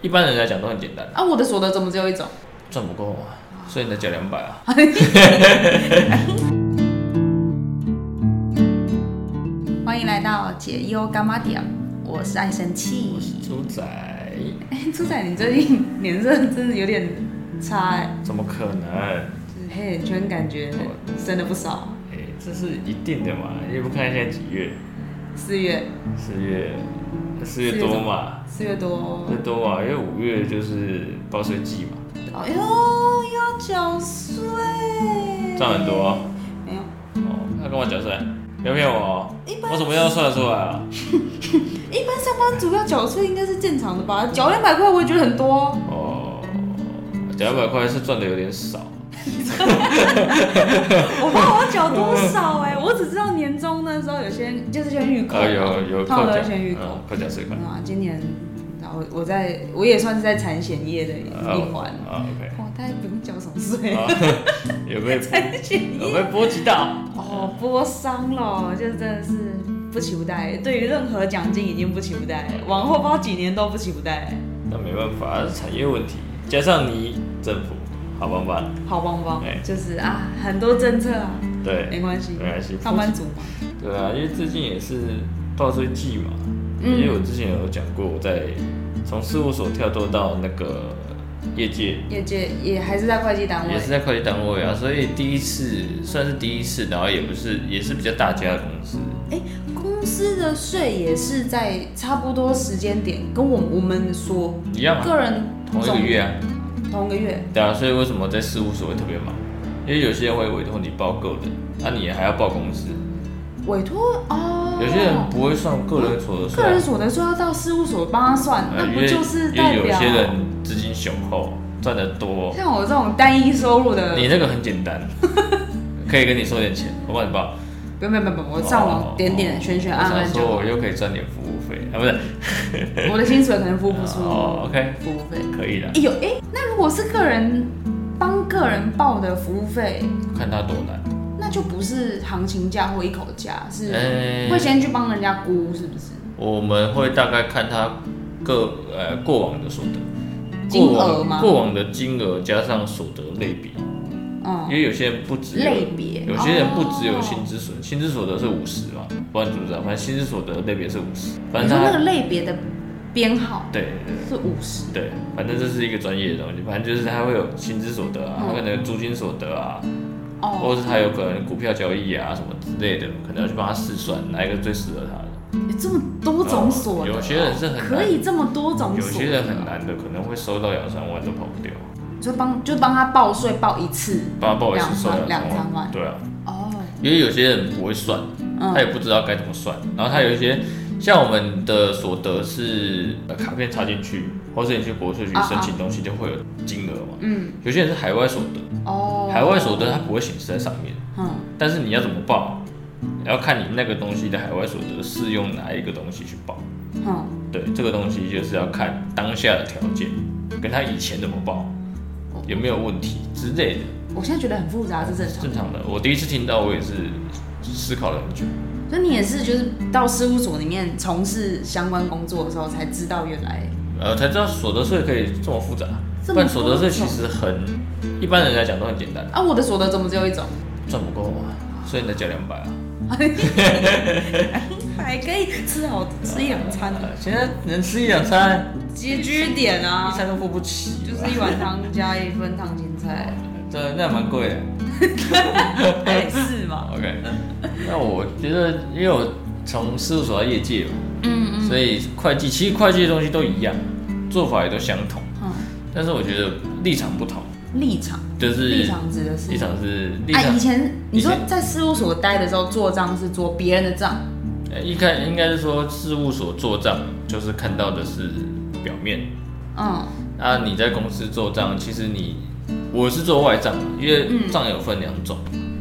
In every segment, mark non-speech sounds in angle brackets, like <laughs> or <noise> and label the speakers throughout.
Speaker 1: 一般人来讲都很简单，
Speaker 2: 啊，我的所得怎么只有一种？ <laughs>
Speaker 1: 赚不够啊，所以你才缴两百啊。
Speaker 2: 欢迎来到解忧干妈点，我是爱生气
Speaker 1: 我。是猪仔，
Speaker 2: 哎、猪仔，你最近脸色真的有点差、欸，
Speaker 1: 怎么可能？哎、
Speaker 2: 就是黑眼圈感觉升了不少。
Speaker 1: 这是一定的嘛？你也不看现在几月？
Speaker 2: 四月，
Speaker 1: 四月，四月多嘛？
Speaker 2: 四月多
Speaker 1: 四，月多嘛？因为五月就是报税季嘛，
Speaker 2: 哎呦，要缴税，
Speaker 1: 赚很多、哦。
Speaker 2: 没有，
Speaker 1: 哦，他跟我缴税，不要骗我、哦，
Speaker 2: 一般
Speaker 1: 我怎么样算得出来啊？
Speaker 2: 一般上班族要缴税应该是正常的吧？缴两百块我也觉得很多哦。
Speaker 1: 哦，缴两百块是赚的有点少。
Speaker 2: 我不知道我缴多少哎、我只知道年终那时候有些人就是先预购，
Speaker 1: 啊，有有
Speaker 2: 套
Speaker 1: 扣
Speaker 2: 了
Speaker 1: 缴，
Speaker 2: 先预购
Speaker 1: 嗯。扣缴税款。
Speaker 2: 嗯啊，今年，然后我在我也算是在产险业的一环，
Speaker 1: 啊，OK，
Speaker 2: 我大概不用交什么税，
Speaker 1: 啊， <laughs> 有被
Speaker 2: <laughs> 产险
Speaker 1: 有
Speaker 2: 业
Speaker 1: 被波及到。
Speaker 2: 哦，波伤了，哦就真的是不期不待，对于任何奖金已经不期不待，往后不知道几年都不期不待，
Speaker 1: 那没办法，是产业问题，加上你政府好棒棒，
Speaker 2: 好棒棒
Speaker 1: 哎，
Speaker 2: 就是啊，很多政策啊，
Speaker 1: 对
Speaker 2: 没关系，
Speaker 1: 没关系
Speaker 2: 上班族嘛，
Speaker 1: 对啊，因为最近也是报税季嘛，
Speaker 2: 嗯
Speaker 1: 因为我之前有讲过，我在从事务所跳脱到那个业界，
Speaker 2: 业界也还是在会计单位
Speaker 1: 也，是在会计单位啊，所以第一次算是第一次，然后也不是也是比较大家的公司，
Speaker 2: 哎、公司的税也是在差不多时间点，跟我我们所
Speaker 1: 一样啊，
Speaker 2: 个人
Speaker 1: 同一个月啊，
Speaker 2: 总同一个月，
Speaker 1: 对啊，所以为什么在事务所会特别忙？因为有些人会委托你报个人，那、你还要报公司，
Speaker 2: 委托哦，
Speaker 1: 有些人不会算个人所得税
Speaker 2: 个
Speaker 1: 啊、
Speaker 2: 人所得税要到事务所帮他算，
Speaker 1: 呃
Speaker 2: <laughs> 那
Speaker 1: 因
Speaker 2: 不
Speaker 1: 为
Speaker 2: 就是
Speaker 1: 因为
Speaker 2: 代
Speaker 1: 有
Speaker 2: 表
Speaker 1: 些人资金雄厚，赚得
Speaker 2: <laughs>
Speaker 1: 多，
Speaker 2: 像我这种单一收入的，
Speaker 1: 你那个很简单，可以跟你收点钱，我帮你报。
Speaker 2: 不用不用不用，我上网点点选选
Speaker 1: 哦
Speaker 2: 按
Speaker 1: 我
Speaker 2: 按
Speaker 1: 想
Speaker 2: 就
Speaker 1: 说
Speaker 2: 好，
Speaker 1: 我又可以赚点服务费，啊，不是，
Speaker 2: 我的薪水可能付不出
Speaker 1: 哦，OK，
Speaker 2: 服务费。
Speaker 1: 可以的，
Speaker 2: 哎呦哎，那如果是个人帮个人报的服务费，
Speaker 1: 看他多难。
Speaker 2: 那就不是行情价或一口价，是
Speaker 1: 哎
Speaker 2: 会先去帮人家估是不是？
Speaker 1: 我们会大概看他个呃过往的所得，
Speaker 2: 金
Speaker 1: 过往
Speaker 2: 额吗
Speaker 1: 过往的金额加上所得类比，因
Speaker 2: 嗯，
Speaker 1: 为有些人不只有
Speaker 2: 类别，
Speaker 1: 有些人不只有
Speaker 2: 哦
Speaker 1: 薪资所，薪资所得是五十嘛，不然怎么知道？反正薪资所得类别是五十，反
Speaker 2: 你
Speaker 1: 正
Speaker 2: 说那
Speaker 1: 他
Speaker 2: 个类别的编号
Speaker 1: 对对对
Speaker 2: 是五十，
Speaker 1: 对，反正这是一个专业的东西，反正就是他会有薪资所得啊，
Speaker 2: 嗯
Speaker 1: 他可能有租金所得啊，
Speaker 2: 哦，
Speaker 1: 或者是他有可能股票交易啊什么之类的，可能要去帮他试算哪一个最适合他的。
Speaker 2: 有这么多种所得哦，
Speaker 1: 有些人是很难
Speaker 2: 可以这么多种所
Speaker 1: 有
Speaker 2: 得，
Speaker 1: 些人很难的，可能会收到两三万都跑不掉，
Speaker 2: 就帮就帮他报税报一次
Speaker 1: 帮他报一次收
Speaker 2: 嗯两
Speaker 1: 三
Speaker 2: 三两三万
Speaker 1: 对啊，
Speaker 2: 哦，
Speaker 1: 因为有些人不会算，他也
Speaker 2: 嗯，
Speaker 1: 不知道该怎么算，然后他有一些。像我们的所得是呃卡片插进去，或是你去国税局
Speaker 2: 啊啊
Speaker 1: 申请东西就会有金额嘛。
Speaker 2: 嗯
Speaker 1: 有些人是海外所得，
Speaker 2: 哦，
Speaker 1: 海外所得它不会显示在上面，
Speaker 2: 嗯
Speaker 1: 但是你要怎么报，要看你那个东西的海外所得是用哪一个东西去报。
Speaker 2: 嗯，
Speaker 1: 对，这个东西就是要看当下的条件，跟他以前怎么报，有没有问题之类的，
Speaker 2: 我现在觉得很复杂，是正常
Speaker 1: 正。常的。我第一次听到，我也是思考了很久。
Speaker 2: 所以你也是就是到事务所里面从事相关工作的时候才知道原来
Speaker 1: 呃，才知道所得税可以这么复杂，
Speaker 2: 这
Speaker 1: 不
Speaker 2: 么
Speaker 1: 然所得税
Speaker 2: 复杂
Speaker 1: 其实很，一般人来讲都很简单，
Speaker 2: 啊，我的所得怎么只有一种，
Speaker 1: 赚不够啊，所以你才缴两百啊。
Speaker 2: <laughs> 还可以吃好吃一两餐，
Speaker 1: 呃现在能吃一两餐，
Speaker 2: 拮据点啊
Speaker 1: 一，餐都付不起吧，
Speaker 2: 就是一碗汤加一份烫青菜，
Speaker 1: <laughs> 对，那蛮贵的。哎
Speaker 2: 还是嘛，
Speaker 1: OK，那我觉得，因为我从事务所到业界嘛，
Speaker 2: 嗯
Speaker 1: 所以会计其实会计的东西都一样，做法也都相同，
Speaker 2: 嗯，
Speaker 1: 但是我觉得立场不同，
Speaker 2: 立场，
Speaker 1: 就是
Speaker 2: 立场指的是
Speaker 1: 立场是立
Speaker 2: 啊，
Speaker 1: 场
Speaker 2: 以，前你说
Speaker 1: 以前
Speaker 2: 在事务所待的时候做账是做别人的账，
Speaker 1: 呃一开应该是说事务所做账就是看到的是表面，
Speaker 2: 嗯
Speaker 1: 那你在公司做账，其实你我是做外账，因
Speaker 2: 嗯
Speaker 1: 为账有分两种，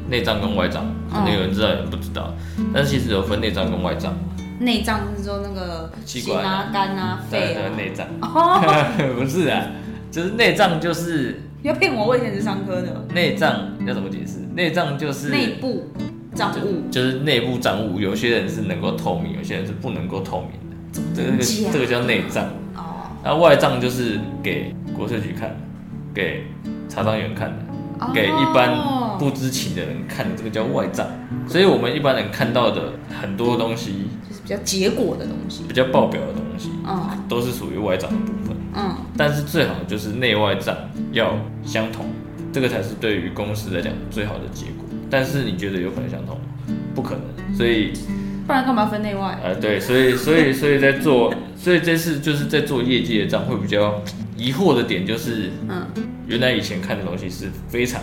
Speaker 1: 内账跟外账，可能有人知道，有人不知道，但是其实有分内账跟外账，
Speaker 2: 内脏是说那个
Speaker 1: 器
Speaker 2: 心
Speaker 1: 官啊
Speaker 2: 啊、肝啊、
Speaker 1: 对
Speaker 2: 肺
Speaker 1: 对
Speaker 2: 啊。
Speaker 1: 内账，
Speaker 2: 哦，
Speaker 1: <laughs> 不是啊，就是内账就是。
Speaker 2: 你要骗我，我以前是商科的。
Speaker 1: 内账要怎么解释？内账就是
Speaker 2: 内部账务
Speaker 1: 就是内部账务，有些人是能够透明，有些人是不能够透明的。这
Speaker 2: 能
Speaker 1: 个
Speaker 2: 讲
Speaker 1: 这个叫内账，
Speaker 2: 哦，
Speaker 1: 那外账就是给国税局看的，给查账员看的，给一般
Speaker 2: 哦、
Speaker 1: 不知情的人看的，这个叫外账。所以我们一般人看到的很多东西，
Speaker 2: 就是比较结果的东西。
Speaker 1: 比较报表的东西，
Speaker 2: 嗯
Speaker 1: 都是属于外账的部分。
Speaker 2: 嗯
Speaker 1: 但是最好就是内外账要相同，这个才是对于公司来讲最好的结果。但是你觉得有可能相同吗？不可能，所以
Speaker 2: 不然干嘛分内外？
Speaker 1: 呃，对，所以所以所以在做，所以这次就是在做业绩的账会比较疑惑的点就是，
Speaker 2: 嗯，
Speaker 1: 原来以前看的东西是非常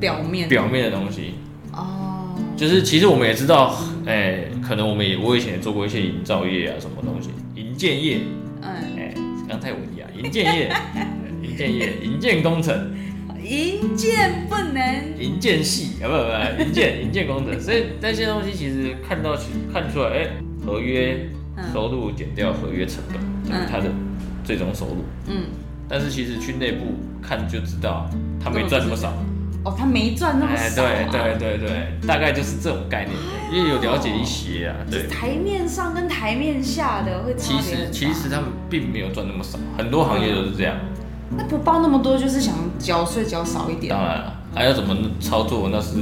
Speaker 2: 表面
Speaker 1: 表面的东西，
Speaker 2: 哦，
Speaker 1: 就是其实我们也知道，哎、可能我们也我以前也做过一些营造业啊，什么东西，营建业，
Speaker 2: 嗯，
Speaker 1: 哎、刚太文艺啊，营建业，营建业，营建工程。
Speaker 2: 银剑不能
Speaker 1: 银建系啊，不不不，银建 <laughs> 银建工程，所以那些东西其实看到去看出来，哎、合约
Speaker 2: 嗯
Speaker 1: 收入减掉合约成本，就是它的最终收入。
Speaker 2: 嗯
Speaker 1: 但是其实去内部看就知道，他没赚多少。
Speaker 2: 哦，他没赚那么
Speaker 1: 哎，
Speaker 2: 少、啊
Speaker 1: 对对对对，大概就是这种概念，因为有了解一些啊，对
Speaker 2: 是。台面上跟台面下的会差
Speaker 1: 其
Speaker 2: 别
Speaker 1: 实
Speaker 2: 很大
Speaker 1: 其实他们并没有赚那么少，很多行业都是这样。
Speaker 2: 那不报那么多，就是想缴税缴少一点
Speaker 1: 当。然了，还要怎么操作，那是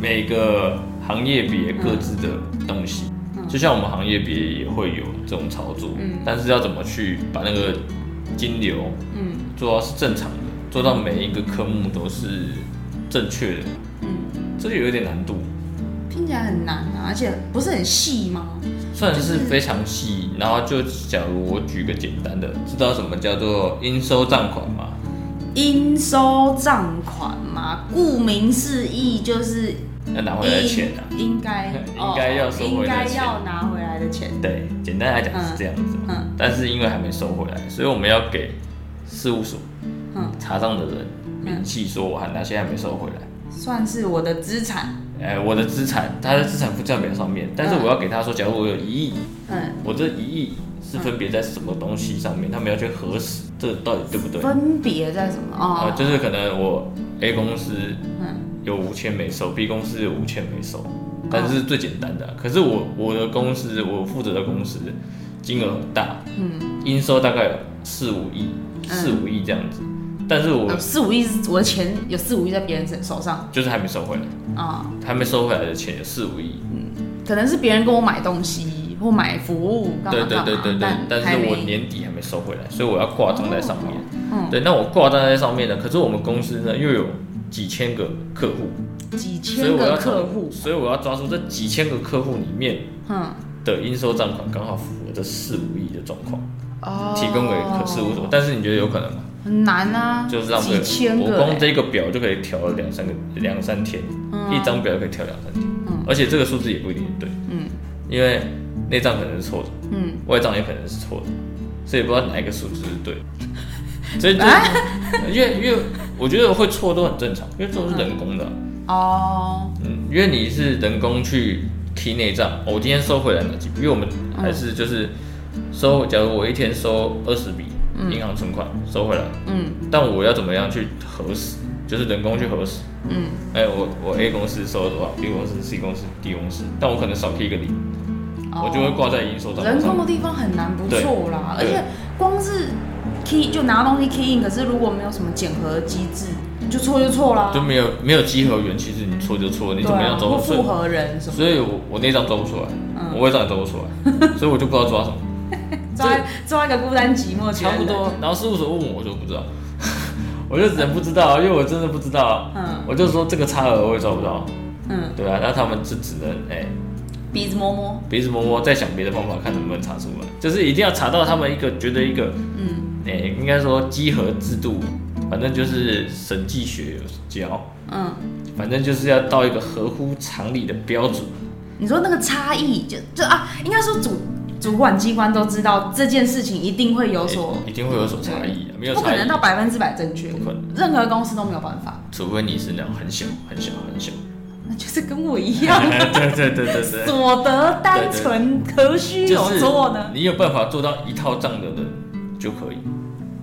Speaker 1: 每个行业别各自的东西。
Speaker 2: 嗯
Speaker 1: 就像我们行业别也会有这种操作，
Speaker 2: 嗯
Speaker 1: 但是要怎么去把那个金流
Speaker 2: 嗯
Speaker 1: 做到是正常的，做到每一个科目都是正确的，
Speaker 2: 嗯，
Speaker 1: 这就有点难度。
Speaker 2: 听起来很难啊，而且不是很细吗？
Speaker 1: 算是非常细，然后就假如我举个简单的，知道什么叫做应收账款吗？
Speaker 2: 应收账款嘛，顾名思义就是
Speaker 1: 要拿回来的
Speaker 2: 应
Speaker 1: 钱啊。
Speaker 2: 应该
Speaker 1: <laughs> 应该要收回
Speaker 2: 哦应
Speaker 1: 来的
Speaker 2: 该
Speaker 1: 钱
Speaker 2: 要拿回来的钱。
Speaker 1: 对，简单来讲是这样子。
Speaker 2: 嗯
Speaker 1: 但是因为还没收回来，所以我们要给事务所
Speaker 2: 嗯，
Speaker 1: 查账的人明细，说我还哪些还没收回来。
Speaker 2: 算是我的资产。
Speaker 1: 哎、我的资产，他的资产负债表上面，但是我要给他说，假如我有一亿，
Speaker 2: 嗯，
Speaker 1: 我这一亿是分别在什么东西上面，他们要去核实这到底对不对？
Speaker 2: 分别在什么？
Speaker 1: 啊、
Speaker 2: 哦，
Speaker 1: 就是可能我 A 公司
Speaker 2: 嗯哦
Speaker 1: 有五千没收，B 公司有五千没收，但是最简单的啊、可是我我的公司，我负责的公司金额很大，
Speaker 2: 嗯，
Speaker 1: 应收大概有四五亿，四五亿这样子，但是我
Speaker 2: 有四五亿，我的钱有四五亿在别人手手上
Speaker 1: 就是还没收回来，
Speaker 2: 啊、
Speaker 1: 还没收回来的钱有四五亿，
Speaker 2: 可能是别人跟我买东西或买服务，干
Speaker 1: 对
Speaker 2: 嘛
Speaker 1: 对对对对
Speaker 2: 干嘛，
Speaker 1: 但
Speaker 2: 还
Speaker 1: 是
Speaker 2: 没
Speaker 1: 我年底还没收回来，所以我要挂
Speaker 2: 哦
Speaker 1: 账在上面。
Speaker 2: 嗯
Speaker 1: 对，那我挂账在上面呢，可是我们公司呢又有几千个客户，
Speaker 2: 几
Speaker 1: 所以
Speaker 2: 千
Speaker 1: 我要
Speaker 2: 个客户，
Speaker 1: 所以我要抓住这几千个客户里面
Speaker 2: 嗯，
Speaker 1: 的应收账款刚好符合这四五亿的状况，
Speaker 2: 哦，
Speaker 1: 提供给可事务所。但是你觉得有可能吗？
Speaker 2: 很难啊，
Speaker 1: 就是让
Speaker 2: 几千
Speaker 1: 我
Speaker 2: 个、
Speaker 1: 光
Speaker 2: 欸，
Speaker 1: 这个表就可以调了两三个两三天，一张表就可以调两三天，而且这个数字也不一定对，
Speaker 2: 嗯
Speaker 1: 因为内账可能是错的。
Speaker 2: 嗯，
Speaker 1: 外账也可能是错的，所以不知道哪一个数字是
Speaker 2: <laughs>
Speaker 1: 对的。所以就、
Speaker 2: 啊
Speaker 1: 因为因为我觉得会错都很正常，因为这种是人工的啊，
Speaker 2: 哦，
Speaker 1: 嗯，因为你是人工去踢内账，哦我今天收回来哪几笔，因为我们还是就是收，假如我一天收二十笔银行存款收回来，
Speaker 2: 嗯
Speaker 1: 但我要怎么样去核实，就是人工去核实。
Speaker 2: 嗯，
Speaker 1: 哎、我我 A 公司收了多少，B 公司、C 公司、D 公司，但我可能少踢一个零，我就会挂在应收账
Speaker 2: 哦人
Speaker 1: 户上
Speaker 2: 工
Speaker 1: 面。
Speaker 2: 的地方很难不错啦，而
Speaker 1: 对对
Speaker 2: 且光是 key 就拿东西 key in，可是如果没有什么检核机制，就错就错啦，
Speaker 1: 就没有没有稽核员，其实你错就错，你怎么样
Speaker 2: 对啊
Speaker 1: 走
Speaker 2: 或
Speaker 1: 所以
Speaker 2: 复合人什么，嗯
Speaker 1: 所以我我那张走不出来，我外账也走不出来，所以我就不知道抓什么，
Speaker 2: 抓抓一个孤单寂寞的人
Speaker 1: 差不多。，然后事务所问我，我就不知道， <laughs> 我就只能不知道，因为我真的不知道，
Speaker 2: 嗯
Speaker 1: 我就说这个差额我也抓不到，
Speaker 2: 嗯，
Speaker 1: 对啊，那他们就只能哎、
Speaker 2: 鼻子摸摸，
Speaker 1: 鼻子摸摸，再想别的方法看能不能查出来，就是一定要查到他们一个觉得一个
Speaker 2: 嗯
Speaker 1: 哎、应该说稽核制度，反正就是审计学有教，
Speaker 2: 嗯。
Speaker 1: 反正就是要到一个合乎常理的标准。
Speaker 2: 你说那个差异，就就啊，应该说主主管机关都知道这件事情一定会有所，
Speaker 1: 哎一定会有所差异、啊，没有
Speaker 2: 不可
Speaker 1: 差异
Speaker 2: 能到百分之百正确
Speaker 1: 不，可能，
Speaker 2: 任何公司都没有办法，
Speaker 1: 除非你是那种很小很小很小，
Speaker 2: 那就是跟我一样，
Speaker 1: <laughs> 对对对对 <laughs> 对，
Speaker 2: 所得单纯，何须有
Speaker 1: 就是
Speaker 2: 做呢？
Speaker 1: 你有办法做到一套账的人就可以，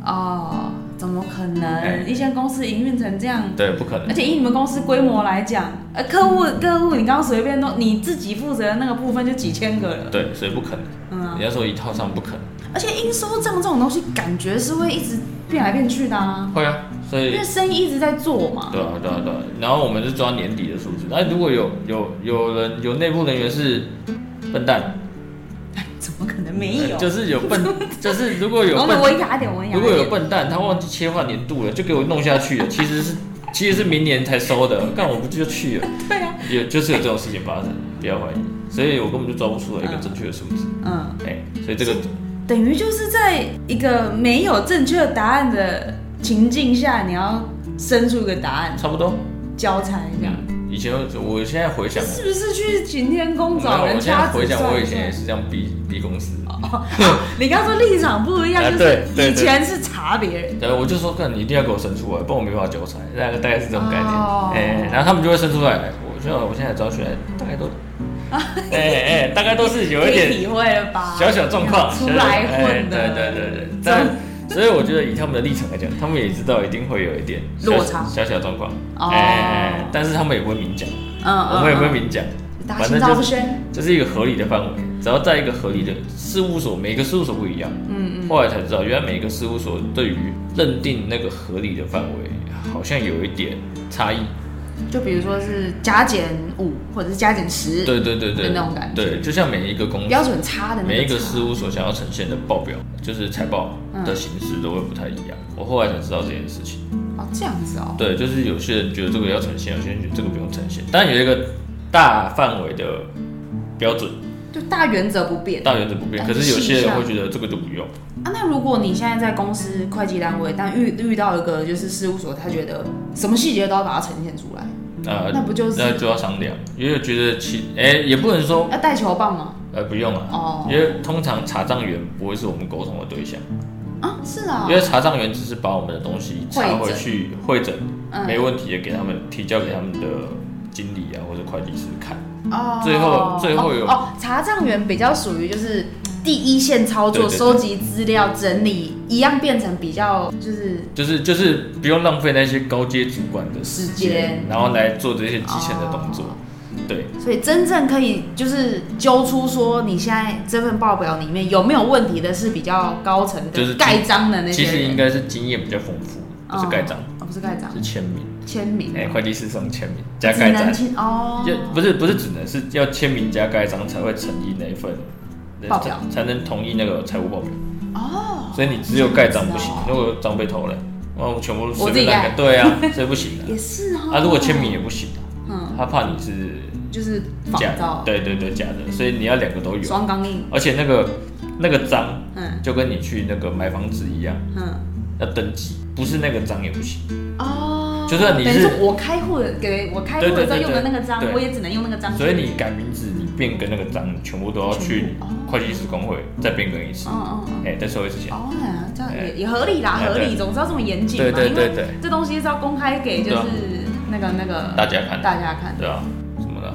Speaker 2: 哦，怎么可
Speaker 1: 哎
Speaker 2: 能？一间公司营运成这样，
Speaker 1: 对，不可能
Speaker 2: 而，且以你们公司规模来讲，呃，客户客户，你刚刚随便弄，你自己负责的那个部分就几千个了，
Speaker 1: 对，所以不可能。
Speaker 2: 嗯啊
Speaker 1: 人家说一套账不可能，
Speaker 2: 而且应收账这种东西，感觉是会一直变来变去的啊，
Speaker 1: 会啊，所
Speaker 2: 因
Speaker 1: 以
Speaker 2: 为生意一直在做嘛。
Speaker 1: 对啊，对啊，对啊。然后我们是抓年底的数字。那如果有有有人有内部人员是笨蛋，
Speaker 2: 怎么可能没有？
Speaker 1: 就是有笨， <laughs> 就是如果有
Speaker 2: 哦然后呢，
Speaker 1: 笨，
Speaker 2: 文雅一点，文雅
Speaker 1: 如
Speaker 2: 一
Speaker 1: 果有
Speaker 2: 点。
Speaker 1: 笨蛋，他忘记切换年度了，就给我弄下去了。其实是其实是明年才收的，干我不就去了？
Speaker 2: 对啊，
Speaker 1: 也就是有这种事情发生，不要怀疑。所以我根本就抓不出来一个正确的数字，
Speaker 2: 嗯，
Speaker 1: 哎、所以这个
Speaker 2: 等于就是在一个没有正确答案的情境下，你要生出一个答案，
Speaker 1: 差不多。
Speaker 2: 交差这样。
Speaker 1: 嗯，以前我现在回想，
Speaker 2: 是不是去擎天宫找
Speaker 1: 我
Speaker 2: 人
Speaker 1: 现在
Speaker 2: 掐指
Speaker 1: 回想，我
Speaker 2: 算
Speaker 1: 以
Speaker 2: 一
Speaker 1: 前也
Speaker 2: 下？
Speaker 1: 是这样逼逼公司。
Speaker 2: 你刚说立场不一样，
Speaker 1: 啊
Speaker 2: 就是
Speaker 1: 对对
Speaker 2: 以前是查别人，
Speaker 1: 对，我就说，干你一定要给我生出来，不然我没办法交差。大概大概是这种概念，哎、
Speaker 2: 哦
Speaker 1: 然后他们就会生出来。我就我现在招起来，大
Speaker 2: <laughs>
Speaker 1: 概都，哎哎、大概都是有一
Speaker 2: 可以
Speaker 1: 点
Speaker 2: 体会了吧？
Speaker 1: 小小状况，
Speaker 2: 出
Speaker 1: 小小
Speaker 2: 来混的，
Speaker 1: 哎对对对对。但所以我觉得以他们的立场来讲，他们也知道一定会有一点小
Speaker 2: 落差
Speaker 1: 小小状况，哎、
Speaker 2: 哦
Speaker 1: 哎但是他们也不会明讲，
Speaker 2: 嗯嗯，
Speaker 1: 我们也不会
Speaker 2: 嗯
Speaker 1: 明讲，
Speaker 2: 大家
Speaker 1: 反
Speaker 2: 心
Speaker 1: 正
Speaker 2: 照
Speaker 1: 就
Speaker 2: 不
Speaker 1: 是
Speaker 2: 宣，
Speaker 1: 就是一个合理的范围，只要在一个合理的事务所，每个事务所不一样。
Speaker 2: 嗯嗯，
Speaker 1: 后来才知道，原来每个事务所对于认定那个合理的范围，好像有一点差异。
Speaker 2: 就比如说是加减五或者是加减十，
Speaker 1: 对对对对，
Speaker 2: 嗯那种感觉
Speaker 1: 对，就像每一个公司、
Speaker 2: 标准差的那
Speaker 1: 每一个
Speaker 2: 差
Speaker 1: 事务所想要呈现的报表，就是财报
Speaker 2: 嗯
Speaker 1: 的形式都会不太一样。我后来才知道这件事情。
Speaker 2: 哦，这样子哦，
Speaker 1: 对，就是有些人觉得这个要呈现，有些人觉得这个不用呈现。但有一个大范围的标准，
Speaker 2: 就大原则不变
Speaker 1: 大原则不变。可
Speaker 2: 但是
Speaker 1: 是有些
Speaker 2: 细
Speaker 1: 人
Speaker 2: 项
Speaker 1: 会觉得这个就不用。
Speaker 2: 啊。那如果你现在在公司会计单位，但遇遇到一个就是事务所，他觉得什么细节都要把它呈现出来，
Speaker 1: 呃，
Speaker 2: 那不就是
Speaker 1: 那就要商量，因为觉得其哎、也不能说
Speaker 2: 要带球棒吗？
Speaker 1: 呃不用啊，
Speaker 2: 哦
Speaker 1: 因为通常查账员不会是我们沟通的对象，
Speaker 2: 啊，是啊
Speaker 1: 嗯因，为查账员只是把我们的东西查回去会诊，
Speaker 2: 嗯
Speaker 1: 没问题也给他们提交给他们的经理啊或者会计师看。
Speaker 2: 哦
Speaker 1: 最后最后有
Speaker 2: 哦哦查账员比较属于就是第一线操作，
Speaker 1: 对对对
Speaker 2: 收集资料、整理，一样变成比较就是
Speaker 1: 就是就是不用浪费那些高阶主管的时
Speaker 2: 时间哦
Speaker 1: 间，然后来做这些基层的动作。对，
Speaker 2: 所以真正可以就是揪出说你现在这份报表里面有没有问题的是比较高层
Speaker 1: 就是
Speaker 2: 的盖章的那些
Speaker 1: 其
Speaker 2: 人，
Speaker 1: 实应该是经验比较丰富，不是盖章，
Speaker 2: 哦，不是盖章，
Speaker 1: 是签名。
Speaker 2: 签名，
Speaker 1: 哎、会计师送签名加
Speaker 2: 只
Speaker 1: 盖章
Speaker 2: 能，签哦，
Speaker 1: 就不是不是只能是要签名加盖章才会成立那一份
Speaker 2: 报表
Speaker 1: 才才能同意那个财务报表。
Speaker 2: 哦，
Speaker 1: 所以你只有盖章不行
Speaker 2: 哦，
Speaker 1: 如果章被偷了，那我全部都随
Speaker 2: 我自己
Speaker 1: 便
Speaker 2: 盖
Speaker 1: 乱盖，对啊，
Speaker 2: <laughs>
Speaker 1: 所以不行的。
Speaker 2: 也是哦，
Speaker 1: 啊，如果签名也不行啊，
Speaker 2: 嗯，
Speaker 1: 他怕你是
Speaker 2: 就是
Speaker 1: 假
Speaker 2: 仿
Speaker 1: 的
Speaker 2: 造，
Speaker 1: 对对对，假的，所以你要两个都有，
Speaker 2: 双钢印，
Speaker 1: 而且那个那个章
Speaker 2: 嗯
Speaker 1: 就跟你去那个买房子一样，
Speaker 2: 嗯，
Speaker 1: 要登记，不是那个章也不行，
Speaker 2: 哦，
Speaker 1: 就算你
Speaker 2: 等于
Speaker 1: 是
Speaker 2: 是我开户的给我开户的时候
Speaker 1: 对对对对
Speaker 2: 用的那个章
Speaker 1: 对，
Speaker 2: 我也只能用那个章，
Speaker 1: 所以你改名字，你变更那个章，你全部都要去
Speaker 2: 全部哦
Speaker 1: 会计师工会再变更一次
Speaker 2: 嗯，，嗯嗯。
Speaker 1: 哎，再收一次钱，
Speaker 2: 哦，那这样
Speaker 1: 哎
Speaker 2: 也也合理啦，
Speaker 1: 哎
Speaker 2: 合
Speaker 1: 对
Speaker 2: 理，总是要这么严谨嘛，
Speaker 1: 对对对
Speaker 2: 因为
Speaker 1: 对，
Speaker 2: 这东西是要公开给就
Speaker 1: 对啊
Speaker 2: 是那个那个
Speaker 1: 大家看，
Speaker 2: 大家看，
Speaker 1: 对啊，什么的，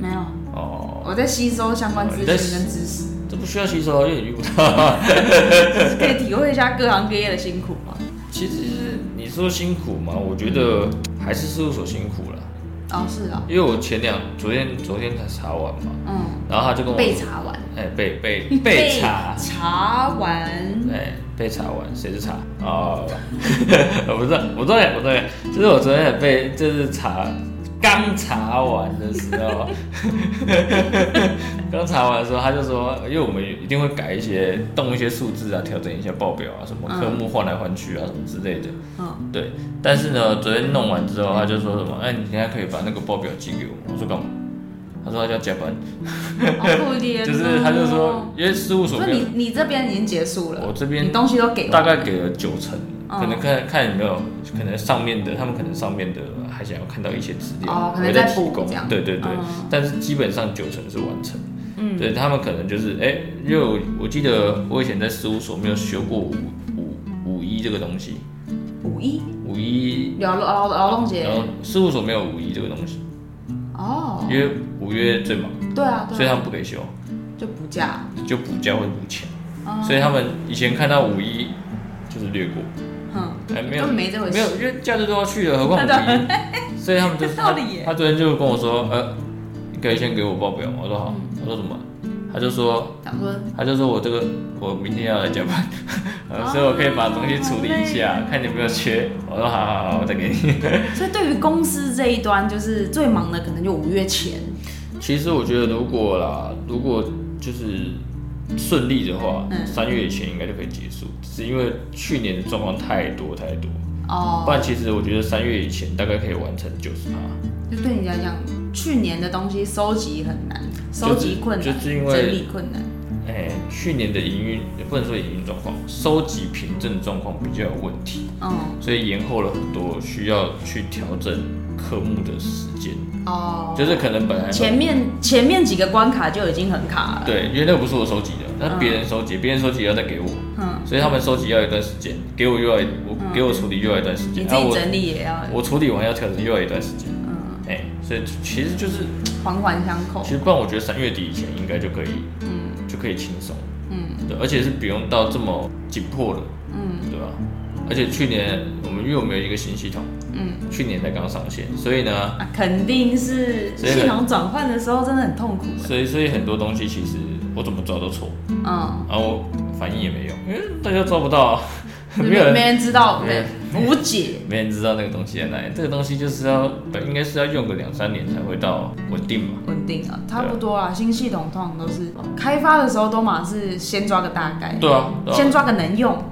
Speaker 2: 没有，
Speaker 1: 哦，
Speaker 2: 我在吸收相关资
Speaker 1: 哦
Speaker 2: 讯
Speaker 1: 你在
Speaker 2: 跟知识，
Speaker 1: <laughs> 这不需要吸收啊，因为你遇不到。 <laughs>
Speaker 2: 就是可以体会一下各行各业的辛苦嘛。
Speaker 1: 其实你说辛苦嘛，我觉得还是事务所辛苦了，
Speaker 2: 哦，是啊，
Speaker 1: 因为我前两昨天昨天才查完嘛，
Speaker 2: 嗯，
Speaker 1: 然后他就跟我
Speaker 2: 被查完，
Speaker 1: 哎被
Speaker 2: <laughs>
Speaker 1: 被被查，
Speaker 2: 查
Speaker 1: <laughs>
Speaker 2: 完，
Speaker 1: 哎被查完谁是查哦， <laughs> 我不知道我不知道我不知道，就是我昨天也被就是查刚查完的时候， <laughs> 刚查完的时候他就说，因为我们一定会改一些动一些数字啊，调整一下报表啊，什么科目换来换去啊什么之类的。
Speaker 2: 嗯，
Speaker 1: 对，但是呢，昨天弄完之后，他就说什么，哎，你等一下可以把那个报表寄给我吗？我说干嘛？他说他要加班，
Speaker 2: 好可
Speaker 1: <laughs>
Speaker 2: 怜哦，
Speaker 1: 就是他就说，因为事务所
Speaker 2: 所
Speaker 1: 没
Speaker 2: 以
Speaker 1: 有，
Speaker 2: 你你这边已经结束了，
Speaker 1: 我这边
Speaker 2: 你东西都给完
Speaker 1: 大概给了九成，
Speaker 2: 嗯
Speaker 1: 可能看看有没有，可能上面的他们可能上面的还想要看到一些资料，
Speaker 2: 哦可能
Speaker 1: 我再
Speaker 2: 在
Speaker 1: 提
Speaker 2: 补
Speaker 1: 供
Speaker 2: 这样，
Speaker 1: 对对对，
Speaker 2: 嗯
Speaker 1: 但是基本上九成是完成，
Speaker 2: 嗯
Speaker 1: 对他们可能就是，哎，因为我我记得我以前在事务所没有学过五五五一这个东西，
Speaker 2: 五一
Speaker 1: 五一，
Speaker 2: 劳劳劳动节
Speaker 1: 然，后事务所没有五一这个东西，
Speaker 2: 哦，
Speaker 1: 因为五月最忙。
Speaker 2: 对啊，
Speaker 1: 所以
Speaker 2: 对
Speaker 1: 他
Speaker 2: 啊，
Speaker 1: 们不可以休，
Speaker 2: 就补假，
Speaker 1: 就补假或者补钱。
Speaker 2: 哦
Speaker 1: 所以他们以前看到五一就是略过，
Speaker 2: 嗯，
Speaker 1: 哎，没有
Speaker 2: 根本没这回
Speaker 1: 没有
Speaker 2: 事，，
Speaker 1: 因为假日都要去了，何
Speaker 2: <laughs>
Speaker 1: 况五
Speaker 2: 啊
Speaker 1: 一，所以他们就是
Speaker 2: 有
Speaker 1: 他
Speaker 2: 道理耶
Speaker 1: 他昨天就跟我说，呃，你可以先给我报表吗？我说好，我说怎么？他就说，
Speaker 2: 想说
Speaker 1: 他就说我这个我明天要来加班，呃
Speaker 2: 哦
Speaker 1: 所以我可以把东西处理一下， <laughs> 看有没有缺。我说好好好，我再给你。 <laughs>
Speaker 2: 所以对于公司这一端，就是最忙的可能就五月前。
Speaker 1: 其实我觉得如果啦，如果就是顺利的话，
Speaker 2: 嗯
Speaker 1: 三、月以前应该就可以结束，只是因为去年的状况太多太多，不
Speaker 2: 哦，
Speaker 1: 然其实我觉得三月以前大概可以完成九十趴，
Speaker 2: 就对你来讲，去年的东西收集很难，收集困难，
Speaker 1: 就是因为
Speaker 2: 整理困难。
Speaker 1: 哎、去年的营运也不能说营运状况，收集凭证状况比较有问题，
Speaker 2: 嗯，
Speaker 1: 所以延后了很多，需要去调整科目的时间，
Speaker 2: 哦，
Speaker 1: 就是可能本来
Speaker 2: 前面前面几个关卡就已经很卡了。
Speaker 1: 对，因为那个不是我收集的，那别人收集，别人收集也要再给我，
Speaker 2: 嗯，
Speaker 1: 所以他们收集要一段时间，给我又要一我、给我处理又要一段时
Speaker 2: 你
Speaker 1: 间，
Speaker 2: 自
Speaker 1: 然后
Speaker 2: 己
Speaker 1: 我
Speaker 2: 整理也要，
Speaker 1: 我处理完要调整又要一段时间，
Speaker 2: 嗯，
Speaker 1: 哎、所以其实就是
Speaker 2: 环环相扣
Speaker 1: 其。实不然，我觉得三月底以前应该就可以
Speaker 2: 嗯
Speaker 1: 就可以轻松，
Speaker 2: 嗯
Speaker 1: 对，而且是不用到这么紧迫了，
Speaker 2: 嗯
Speaker 1: 对吧？而且去年我们因为我们有一个新系统，
Speaker 2: 嗯，
Speaker 1: 去年才刚上线，所以呢，
Speaker 2: 啊，肯定是
Speaker 1: 所以很
Speaker 2: 系统转换的时候真的很痛苦。
Speaker 1: 所以所以很多东西其实我怎么抓都错，
Speaker 2: 嗯。
Speaker 1: 然后反应也没用，因为大家抓不到啊，
Speaker 2: <laughs> 没
Speaker 1: <laughs> 没有人
Speaker 2: 没人知道，
Speaker 1: 没
Speaker 2: 没
Speaker 1: 人
Speaker 2: 无解。
Speaker 1: 没人知道那个东西在哪里。这个东西就是要本应该是要用个两三年才会到稳定嘛。
Speaker 2: 稳定啊，差不多啊。新系统通常都是开发的时候，都嘛是先抓个大概，
Speaker 1: 对啊，对
Speaker 2: 先
Speaker 1: 啊，
Speaker 2: 抓个能用，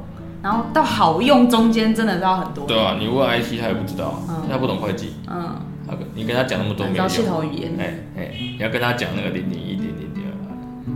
Speaker 2: 然后到好用中间真的是要很多。
Speaker 1: 对啊，你问 IT 他也不知道
Speaker 2: 嗯，
Speaker 1: 他不懂会计，
Speaker 2: 嗯，
Speaker 1: 他跟你跟他讲那么多
Speaker 2: 你
Speaker 1: 没
Speaker 2: 知
Speaker 1: 有
Speaker 2: 道系
Speaker 1: 用。
Speaker 2: 统语言，
Speaker 1: 哎哎，你要跟他讲那个零零一零零零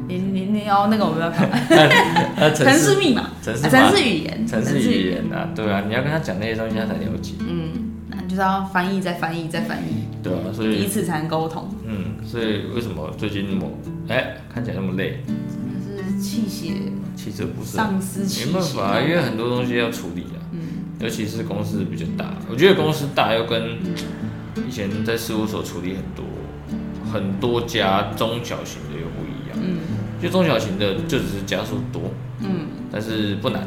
Speaker 2: 你你你哦，那个我们要看
Speaker 1: 二，那 <laughs>
Speaker 2: 城
Speaker 1: 呃城市
Speaker 2: 市密码、
Speaker 1: 城
Speaker 2: 啊
Speaker 1: 市
Speaker 2: 城
Speaker 1: 嘛
Speaker 2: 市语言、
Speaker 1: 城市语，言啊，对啊，你要跟他讲那些东西他才了解，
Speaker 2: 嗯，那就是要翻译再翻译再翻译，
Speaker 1: 对啊，所
Speaker 2: 彼
Speaker 1: 以
Speaker 2: 此才能沟通。
Speaker 1: 嗯，所以为什么最近那么哎看起来那么累？
Speaker 2: 就是气血
Speaker 1: 其实不是啊，
Speaker 2: 丧失气
Speaker 1: 没办法啊，因
Speaker 2: 血，
Speaker 1: 为很多东西要处理啊。
Speaker 2: 嗯，
Speaker 1: 尤其是公司比较大，我觉得公司大又跟以前在事务所处理很多很多家中小型的又不一样。
Speaker 2: 嗯，
Speaker 1: 就中小型的就只是家数多，
Speaker 2: 嗯，
Speaker 1: 但是不难。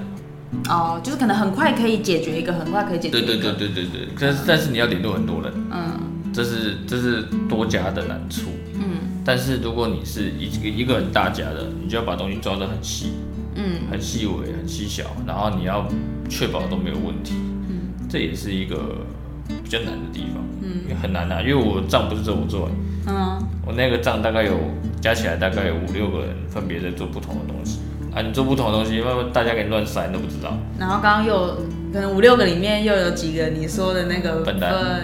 Speaker 2: 哦，就是可能很快可以解决一个，很快可以解决
Speaker 1: 对
Speaker 2: 一个，
Speaker 1: 对对对对对，但是但是你要联络很多人，
Speaker 2: 嗯
Speaker 1: 这是这是多家的难处。
Speaker 2: 嗯
Speaker 1: 但是如果你是一个一个很大家的，你就要把东西抓得很细、
Speaker 2: 嗯
Speaker 1: 很细微、很细小，然后你要确保都没有问题。
Speaker 2: 嗯
Speaker 1: 这也是一个比较难的地方，
Speaker 2: 嗯，
Speaker 1: 也很难啊，因为我账不是只有我做完，
Speaker 2: 嗯，
Speaker 1: 我那个账大概有加起来大概有五六个人分别在做不同的东西啊，你做不同的东西，慢慢大家给你乱塞，你都不知道，
Speaker 2: 然后刚刚又有可能五六个里面又有几个你说的那个
Speaker 1: 笨蛋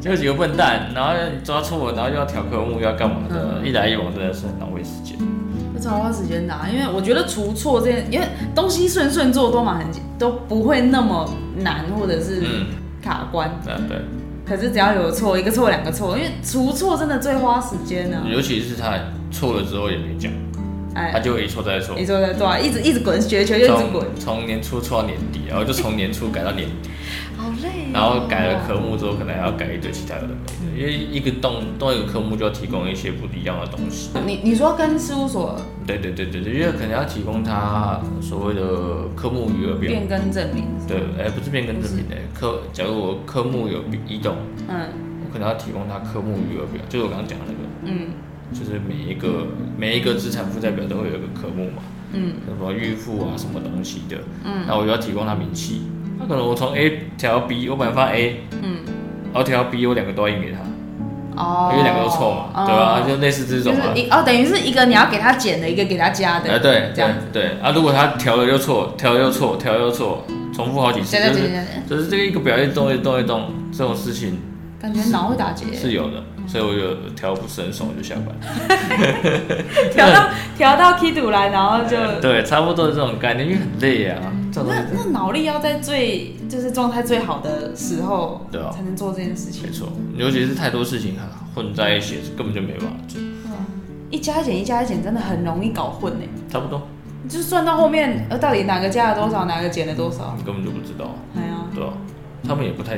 Speaker 1: 就有几个笨蛋，然后你抓错，然后又要调科目，又要干嘛
Speaker 2: 嗯
Speaker 1: 的，一来一往真的是很浪费时间。
Speaker 2: 分，就超花时间的、啊，因为我觉得除错这件，因为东西顺顺做都嘛很简都不会那么难或者是
Speaker 1: 嗯，
Speaker 2: 卡关，
Speaker 1: 啊对，
Speaker 2: 可是只要有错一个错两个错，因为除错真的最花时间呢、
Speaker 1: 尤其是他错了之后也没讲，他
Speaker 2: 啊哎，
Speaker 1: 就一错再错
Speaker 2: 你，说的对、啊，一直一直滚雪球就一直滚，
Speaker 1: 从从年初错到年底，然后就从年初改到年
Speaker 2: <laughs>
Speaker 1: 底。
Speaker 2: 好累、啊
Speaker 1: 然后改了科目之后，可能还要改一堆其他有的没的，因为一个动动一个科目就要提供一些不一样的东西。
Speaker 2: 你你说跟事务所
Speaker 1: 对对对对对，因为可能要提供它所谓的科目余额变，
Speaker 2: 变更证明，
Speaker 1: 对，哎、不是变更正品的科，假如我科目有移动，
Speaker 2: 嗯
Speaker 1: 我可能要提供它科目余额表，就是我刚刚讲的那个，
Speaker 2: 嗯
Speaker 1: 就是每一个每一个资产负债表都会有一个科目嘛，
Speaker 2: 嗯
Speaker 1: 什么预付啊什么东西的，
Speaker 2: 嗯
Speaker 1: 那我就要提供它明细。那可能我从 A 调到 B，我本来放 A，
Speaker 2: 嗯，
Speaker 1: 然后调到 B，我两个都要印给他。
Speaker 2: 哦，
Speaker 1: 因为两个都错嘛，对吧、
Speaker 2: 哦
Speaker 1: 就类似这
Speaker 2: 就
Speaker 1: 种
Speaker 2: 是
Speaker 1: 啊。
Speaker 2: 一哦，等于是一个你要给他减的，一个给他加的，
Speaker 1: 哎，对
Speaker 2: 这
Speaker 1: 对
Speaker 2: 样子。
Speaker 1: 对啊！如果他调了又错，调了又错，调了又错，重复好几次，
Speaker 2: 对对
Speaker 1: 就
Speaker 2: 对对
Speaker 1: 是
Speaker 2: 对，
Speaker 1: 就是这个一个表一动一动一动，这种事情
Speaker 2: 感觉脑会打结， <laughs>
Speaker 1: 是有的，所以我有调不是很爽我就下班。
Speaker 2: 调到调到 K 度来，然后就
Speaker 1: 哎对，差不多是这种概念，因为很累啊，这种东
Speaker 2: 那
Speaker 1: 西
Speaker 2: 那脑力要在最就是状态最好的时候，
Speaker 1: 对啊
Speaker 2: 才能做这件事情
Speaker 1: 没。错，尤其是太多事情啊混在一起，根本就没办法做。
Speaker 2: 一加一减，一加一减，真的很容易搞混呢。
Speaker 1: 差不多，
Speaker 2: 你就算到后面，呃，到底哪个加了多少，哪个减了多少？
Speaker 1: 你根本就不知道，
Speaker 2: 哎呀，
Speaker 1: 对吧、他们也不太，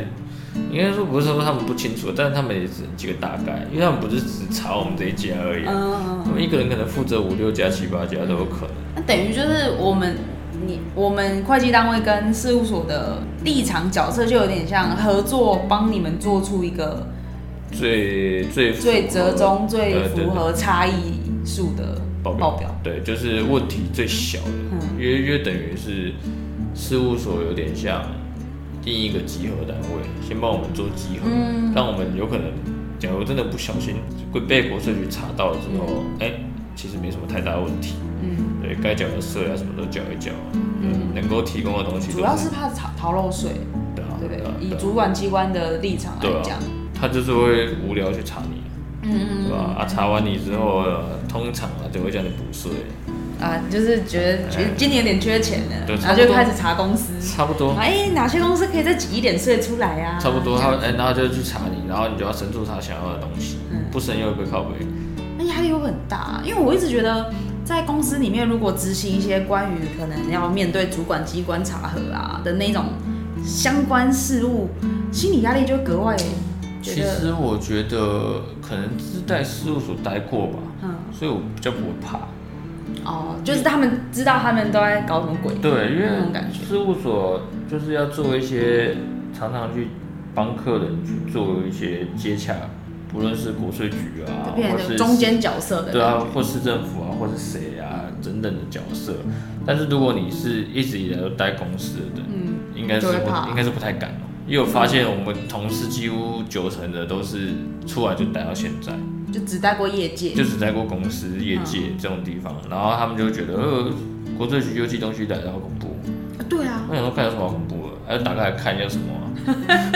Speaker 1: 应该说不是说他们不清楚，但是他们也只几个大概，因为他们不是只查我们这一家而已啊、
Speaker 2: 嗯嗯，
Speaker 1: 他
Speaker 2: 嗯
Speaker 1: 们一个人可能负责五六家、七八家都有可能。
Speaker 2: 那等于就是我们你我们会计单位跟事务所的立场角色就有点像合作，帮你们做出一个
Speaker 1: 最最符合
Speaker 2: 最折中、最
Speaker 1: 对对
Speaker 2: 符合差异数的
Speaker 1: 报
Speaker 2: 报
Speaker 1: 表
Speaker 2: 表。
Speaker 1: 对，就是问题最小的，
Speaker 2: 嗯
Speaker 1: 约约等于是事务所有点像定一个集合单位，先帮我们做集合，
Speaker 2: 嗯
Speaker 1: 让我们有可能，假如真的不小心会被国税局查到了之后，哎、其实没什么太大问题，
Speaker 2: 嗯，
Speaker 1: 对该缴的税啊什么都缴一缴，
Speaker 2: 嗯
Speaker 1: 能够提供的东西都
Speaker 2: 主要是怕逃逃漏税，
Speaker 1: 对啊
Speaker 2: 对不
Speaker 1: 对
Speaker 2: 对
Speaker 1: 啊？
Speaker 2: 以
Speaker 1: 对啊
Speaker 2: 主管机关的立场
Speaker 1: 对啊
Speaker 2: 来讲，
Speaker 1: 他就是会无聊去查你，
Speaker 2: 嗯
Speaker 1: 对吧？啊，查完你之后，呃通常啊就会叫你补税，
Speaker 2: 啊，就是觉得觉得今年有点缺钱了
Speaker 1: 对，
Speaker 2: 然后
Speaker 1: 差不
Speaker 2: 就
Speaker 1: 多
Speaker 2: 开始查公司，
Speaker 1: 差不多。
Speaker 2: 哎，哪些公司可以再挤一点税出来啊呀？
Speaker 1: 差不多，
Speaker 2: 这
Speaker 1: 他
Speaker 2: 样
Speaker 1: 哎、然后就去查你，然后你就要申诉他想要的东西，
Speaker 2: 嗯
Speaker 1: 不申又被靠背。
Speaker 2: 那压力会不会很大，啊因为我一直觉得在公司里面，如果执行一些关于可能要面对主管机关查核啊的那种相关事务，心理压力就格外
Speaker 1: 其
Speaker 2: 觉得，
Speaker 1: 实我觉得可能是在事务所待过吧，
Speaker 2: 嗯，
Speaker 1: 所以我比较不会怕。
Speaker 2: 哦，就是他们知道他们都在搞什么鬼，
Speaker 1: 对，因
Speaker 2: 嗯那种感
Speaker 1: 为
Speaker 2: 觉
Speaker 1: 事务所就是要做一些常常去帮客人去做一些接洽，不论是国税局啊
Speaker 2: 就，变
Speaker 1: 或
Speaker 2: 成
Speaker 1: 是
Speaker 2: 中间角色的，
Speaker 1: 对啊，或市政府啊，或是谁啊等等的角色。但是如果你是一直以来都待公司的人，
Speaker 2: 嗯，
Speaker 1: 应该是
Speaker 2: 就会怕
Speaker 1: 不应该是不太敢哦、因为我发现我们同事几乎九成的都是出来就待到现在，
Speaker 2: 就只待过业界，
Speaker 1: 就只待过公司、业
Speaker 2: 嗯
Speaker 1: 界这种地方，然后他们就觉得，呃，国税局又寄东西来，然后恐怖。
Speaker 2: 啊对啊，
Speaker 1: 我想说看有什么好恐怖的，还要打开来看一下什么啊、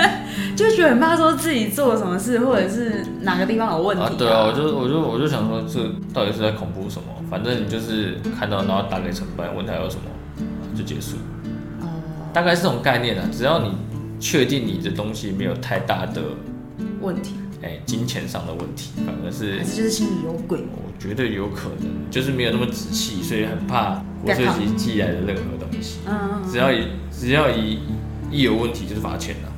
Speaker 2: 就觉得很怕说自己做了什么事，或者是哪个地方有问题、
Speaker 1: 啊，对啊，我就我就我就想说，这到底是在恐怖什么？反正你就是看到，然后打给承办，问他有什么，就结束。
Speaker 2: 哦
Speaker 1: 大概是这种概念啊，只要你确定你的东西没有太大的
Speaker 2: 问题，
Speaker 1: 哎、金钱上的问题，反而是
Speaker 2: 还是就是心里有鬼，
Speaker 1: 我觉得有可能，就是没有那么仔细，所以很怕国税局寄来的任何东西。
Speaker 2: 嗯，
Speaker 1: 只要一只要一一有问题就是罚钱了、
Speaker 2: 嗯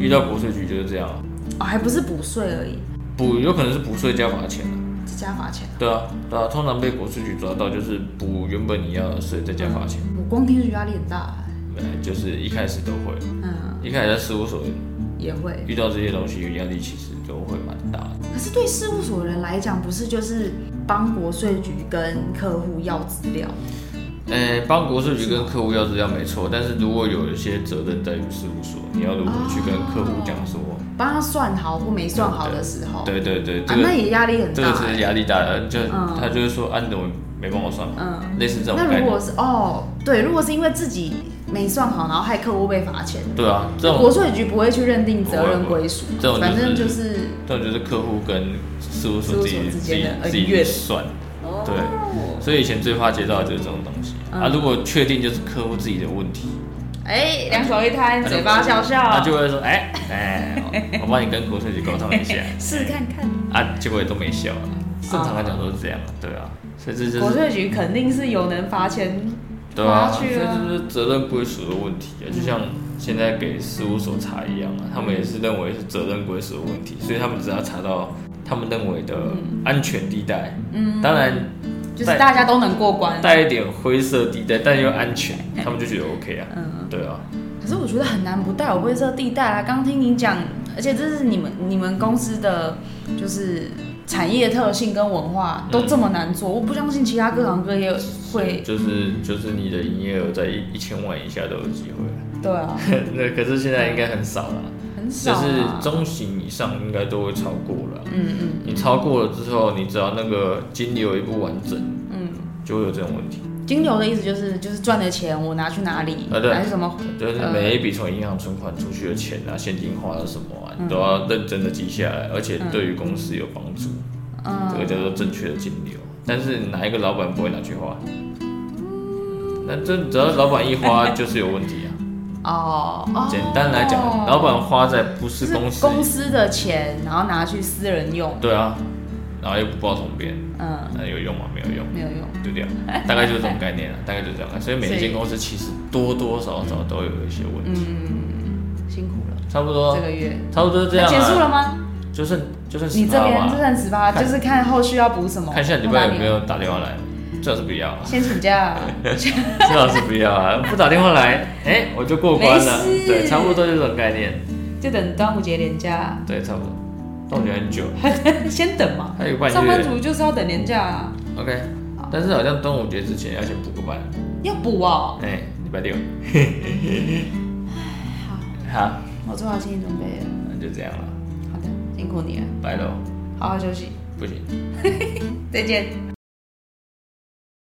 Speaker 1: 遇到国税局就是这样啊，
Speaker 2: 哦，还不是补税而已，
Speaker 1: 补有可能是补税加罚钱啊。
Speaker 2: 再加罚钱。
Speaker 1: 对啊，对啊，通常被国税局抓到就是补原本你要的税再加罚钱，
Speaker 2: 我光听就觉得压力很大、啊
Speaker 1: 哎，就是一开始都会，
Speaker 2: 嗯，
Speaker 1: 一开始在事务所
Speaker 2: 也会。
Speaker 1: 遇到这些东西压力其实都会蛮大的。
Speaker 2: 可是对事务所的人来讲，不是就是帮国税局跟客户要资料？
Speaker 1: 呃，帮国税局跟客户要资料没错，但是如果有一些责任在于事务所，你要如何去跟客户讲说，
Speaker 2: 帮他算好或没算好的时候，
Speaker 1: 对对对，这
Speaker 2: 啊，那
Speaker 1: 个
Speaker 2: 也压力很
Speaker 1: 这个
Speaker 2: 大、欸
Speaker 1: 是压力大的，就
Speaker 2: 嗯
Speaker 1: 他就是说，啊，你怎么没帮我算嘛？
Speaker 2: 嗯，
Speaker 1: 类似这种
Speaker 2: 那
Speaker 1: 概
Speaker 2: 如
Speaker 1: 念，
Speaker 2: 果是哦，对，如果是因为自己没算好，然后害客户被罚钱，
Speaker 1: 对啊，这
Speaker 2: 那国
Speaker 1: 种
Speaker 2: 税局不会去认定责任归属
Speaker 1: 不会不会，
Speaker 2: 反正
Speaker 1: 这种就是
Speaker 2: 是
Speaker 1: 这种就是客户跟事务所自己
Speaker 2: 事务所之
Speaker 1: 自己
Speaker 2: 间的呃
Speaker 1: 自己
Speaker 2: 恩怨
Speaker 1: 去算，
Speaker 2: 哦
Speaker 1: 对所以以前最怕接到的就是这种东西
Speaker 2: 嗯
Speaker 1: 啊。如果确定就是客户自己的问题，
Speaker 2: 哎，两手一摊，
Speaker 1: 他就
Speaker 2: 嘴巴
Speaker 1: 他
Speaker 2: 笑笑，
Speaker 1: 就会说，哎
Speaker 2: <laughs>
Speaker 1: 哎，我帮你跟国税局沟通一下。
Speaker 2: 试看看。
Speaker 1: 啊，结果也都没笑啊。正常来讲都是这样，对啊，所以这就
Speaker 2: 国
Speaker 1: 是
Speaker 2: 税局肯定是有能罚钱，
Speaker 1: 对啊，
Speaker 2: 罚
Speaker 1: 所以
Speaker 2: 去啊嗯
Speaker 1: 这就是责任归属的问题啊，就像现在给事务所查一样啊，他们也是认为是责任归属的问题，所以他们只要查到他们认为的
Speaker 2: 嗯
Speaker 1: 安全地带，嗯，当然
Speaker 2: 就是大家都能过关。
Speaker 1: 带一点灰色地带，但又安全，他们就觉得 OK 啊，
Speaker 2: 嗯，
Speaker 1: 对啊，
Speaker 2: 可是我觉得很难不带有灰色地带啊。刚听你讲，而且这是你们你们公司的就是产业特性跟文化都这么难做，我不相信其他各行各业会。
Speaker 1: 就是就是你的营业额在一一千万以下都有机会， <laughs>
Speaker 2: 对啊，
Speaker 1: 那可是现在应该很少了，
Speaker 2: 很少、
Speaker 1: 就
Speaker 2: 啊。
Speaker 1: 是中型以上应该都会超过了啊。
Speaker 2: 嗯嗯
Speaker 1: 你超过了之后，你只要那个金流也不完整，
Speaker 2: 嗯，
Speaker 1: 就会有这种问题。
Speaker 2: 金流的意思就是就是赚的钱我拿去哪里，
Speaker 1: 啊对
Speaker 2: 拿去什么？
Speaker 1: 就是每一笔从银行存款出去的钱啊，现金花了什么
Speaker 2: 嗯
Speaker 1: 啊，你都要认真的记下来，而且对于公司有帮助。这个
Speaker 2: 嗯，
Speaker 1: 叫做正确的金流。但是哪一个老板不会拿去花？那这只要老板一
Speaker 2: <laughs>
Speaker 1: 花就是有问题啊。
Speaker 2: 哦哦，
Speaker 1: 简单来讲，老板花在不是
Speaker 2: 是
Speaker 1: 公司，
Speaker 2: 公司的钱，然后拿去私人用，
Speaker 1: 对啊，然后又不报从编，
Speaker 2: 嗯，
Speaker 1: 那有用吗？没有用。
Speaker 2: 没有用。
Speaker 1: 丢掉，大概就是这种概
Speaker 2: <laughs>
Speaker 1: 念了，啊大概就是这样。所以每一间公司其实多多少少都有一些问题，
Speaker 2: 嗯，辛苦了，
Speaker 1: 差不多
Speaker 2: 这，个月、
Speaker 1: 差不哦多就这样、啊。
Speaker 2: 结束，了吗？
Speaker 1: 就剩就剩
Speaker 2: 你
Speaker 1: 十
Speaker 2: 这
Speaker 1: 趴
Speaker 2: 边这
Speaker 1: 吧。
Speaker 2: 算十八，
Speaker 1: 看
Speaker 2: 就是看后续要补什么。啊
Speaker 1: 看一下礼拜有没
Speaker 2: 要
Speaker 1: 有打电话来，最好是不要啊 <laughs>
Speaker 2: 打，先请假。
Speaker 1: 最好是不要啊，不打电话来，哎、我就过关了。
Speaker 2: 没事
Speaker 1: 对，差不多就这种概念，
Speaker 2: 就等端午节连假， <laughs>
Speaker 1: 对，差不多。但我觉得很久，
Speaker 2: 先等嘛。
Speaker 1: 还有一个半
Speaker 2: 上班
Speaker 1: 月，
Speaker 2: 族就是要等年假啊，
Speaker 1: OK，但是好像端午节之前要先补个班，
Speaker 2: 要补哦。
Speaker 1: 哎、礼拜六，
Speaker 2: 好，
Speaker 1: 好，
Speaker 2: 我做好心理准备了。
Speaker 1: 那就这样了，
Speaker 2: 好的，辛苦你了，
Speaker 1: 拜喽，
Speaker 2: 好好休息，
Speaker 1: 不行。
Speaker 2: 再见。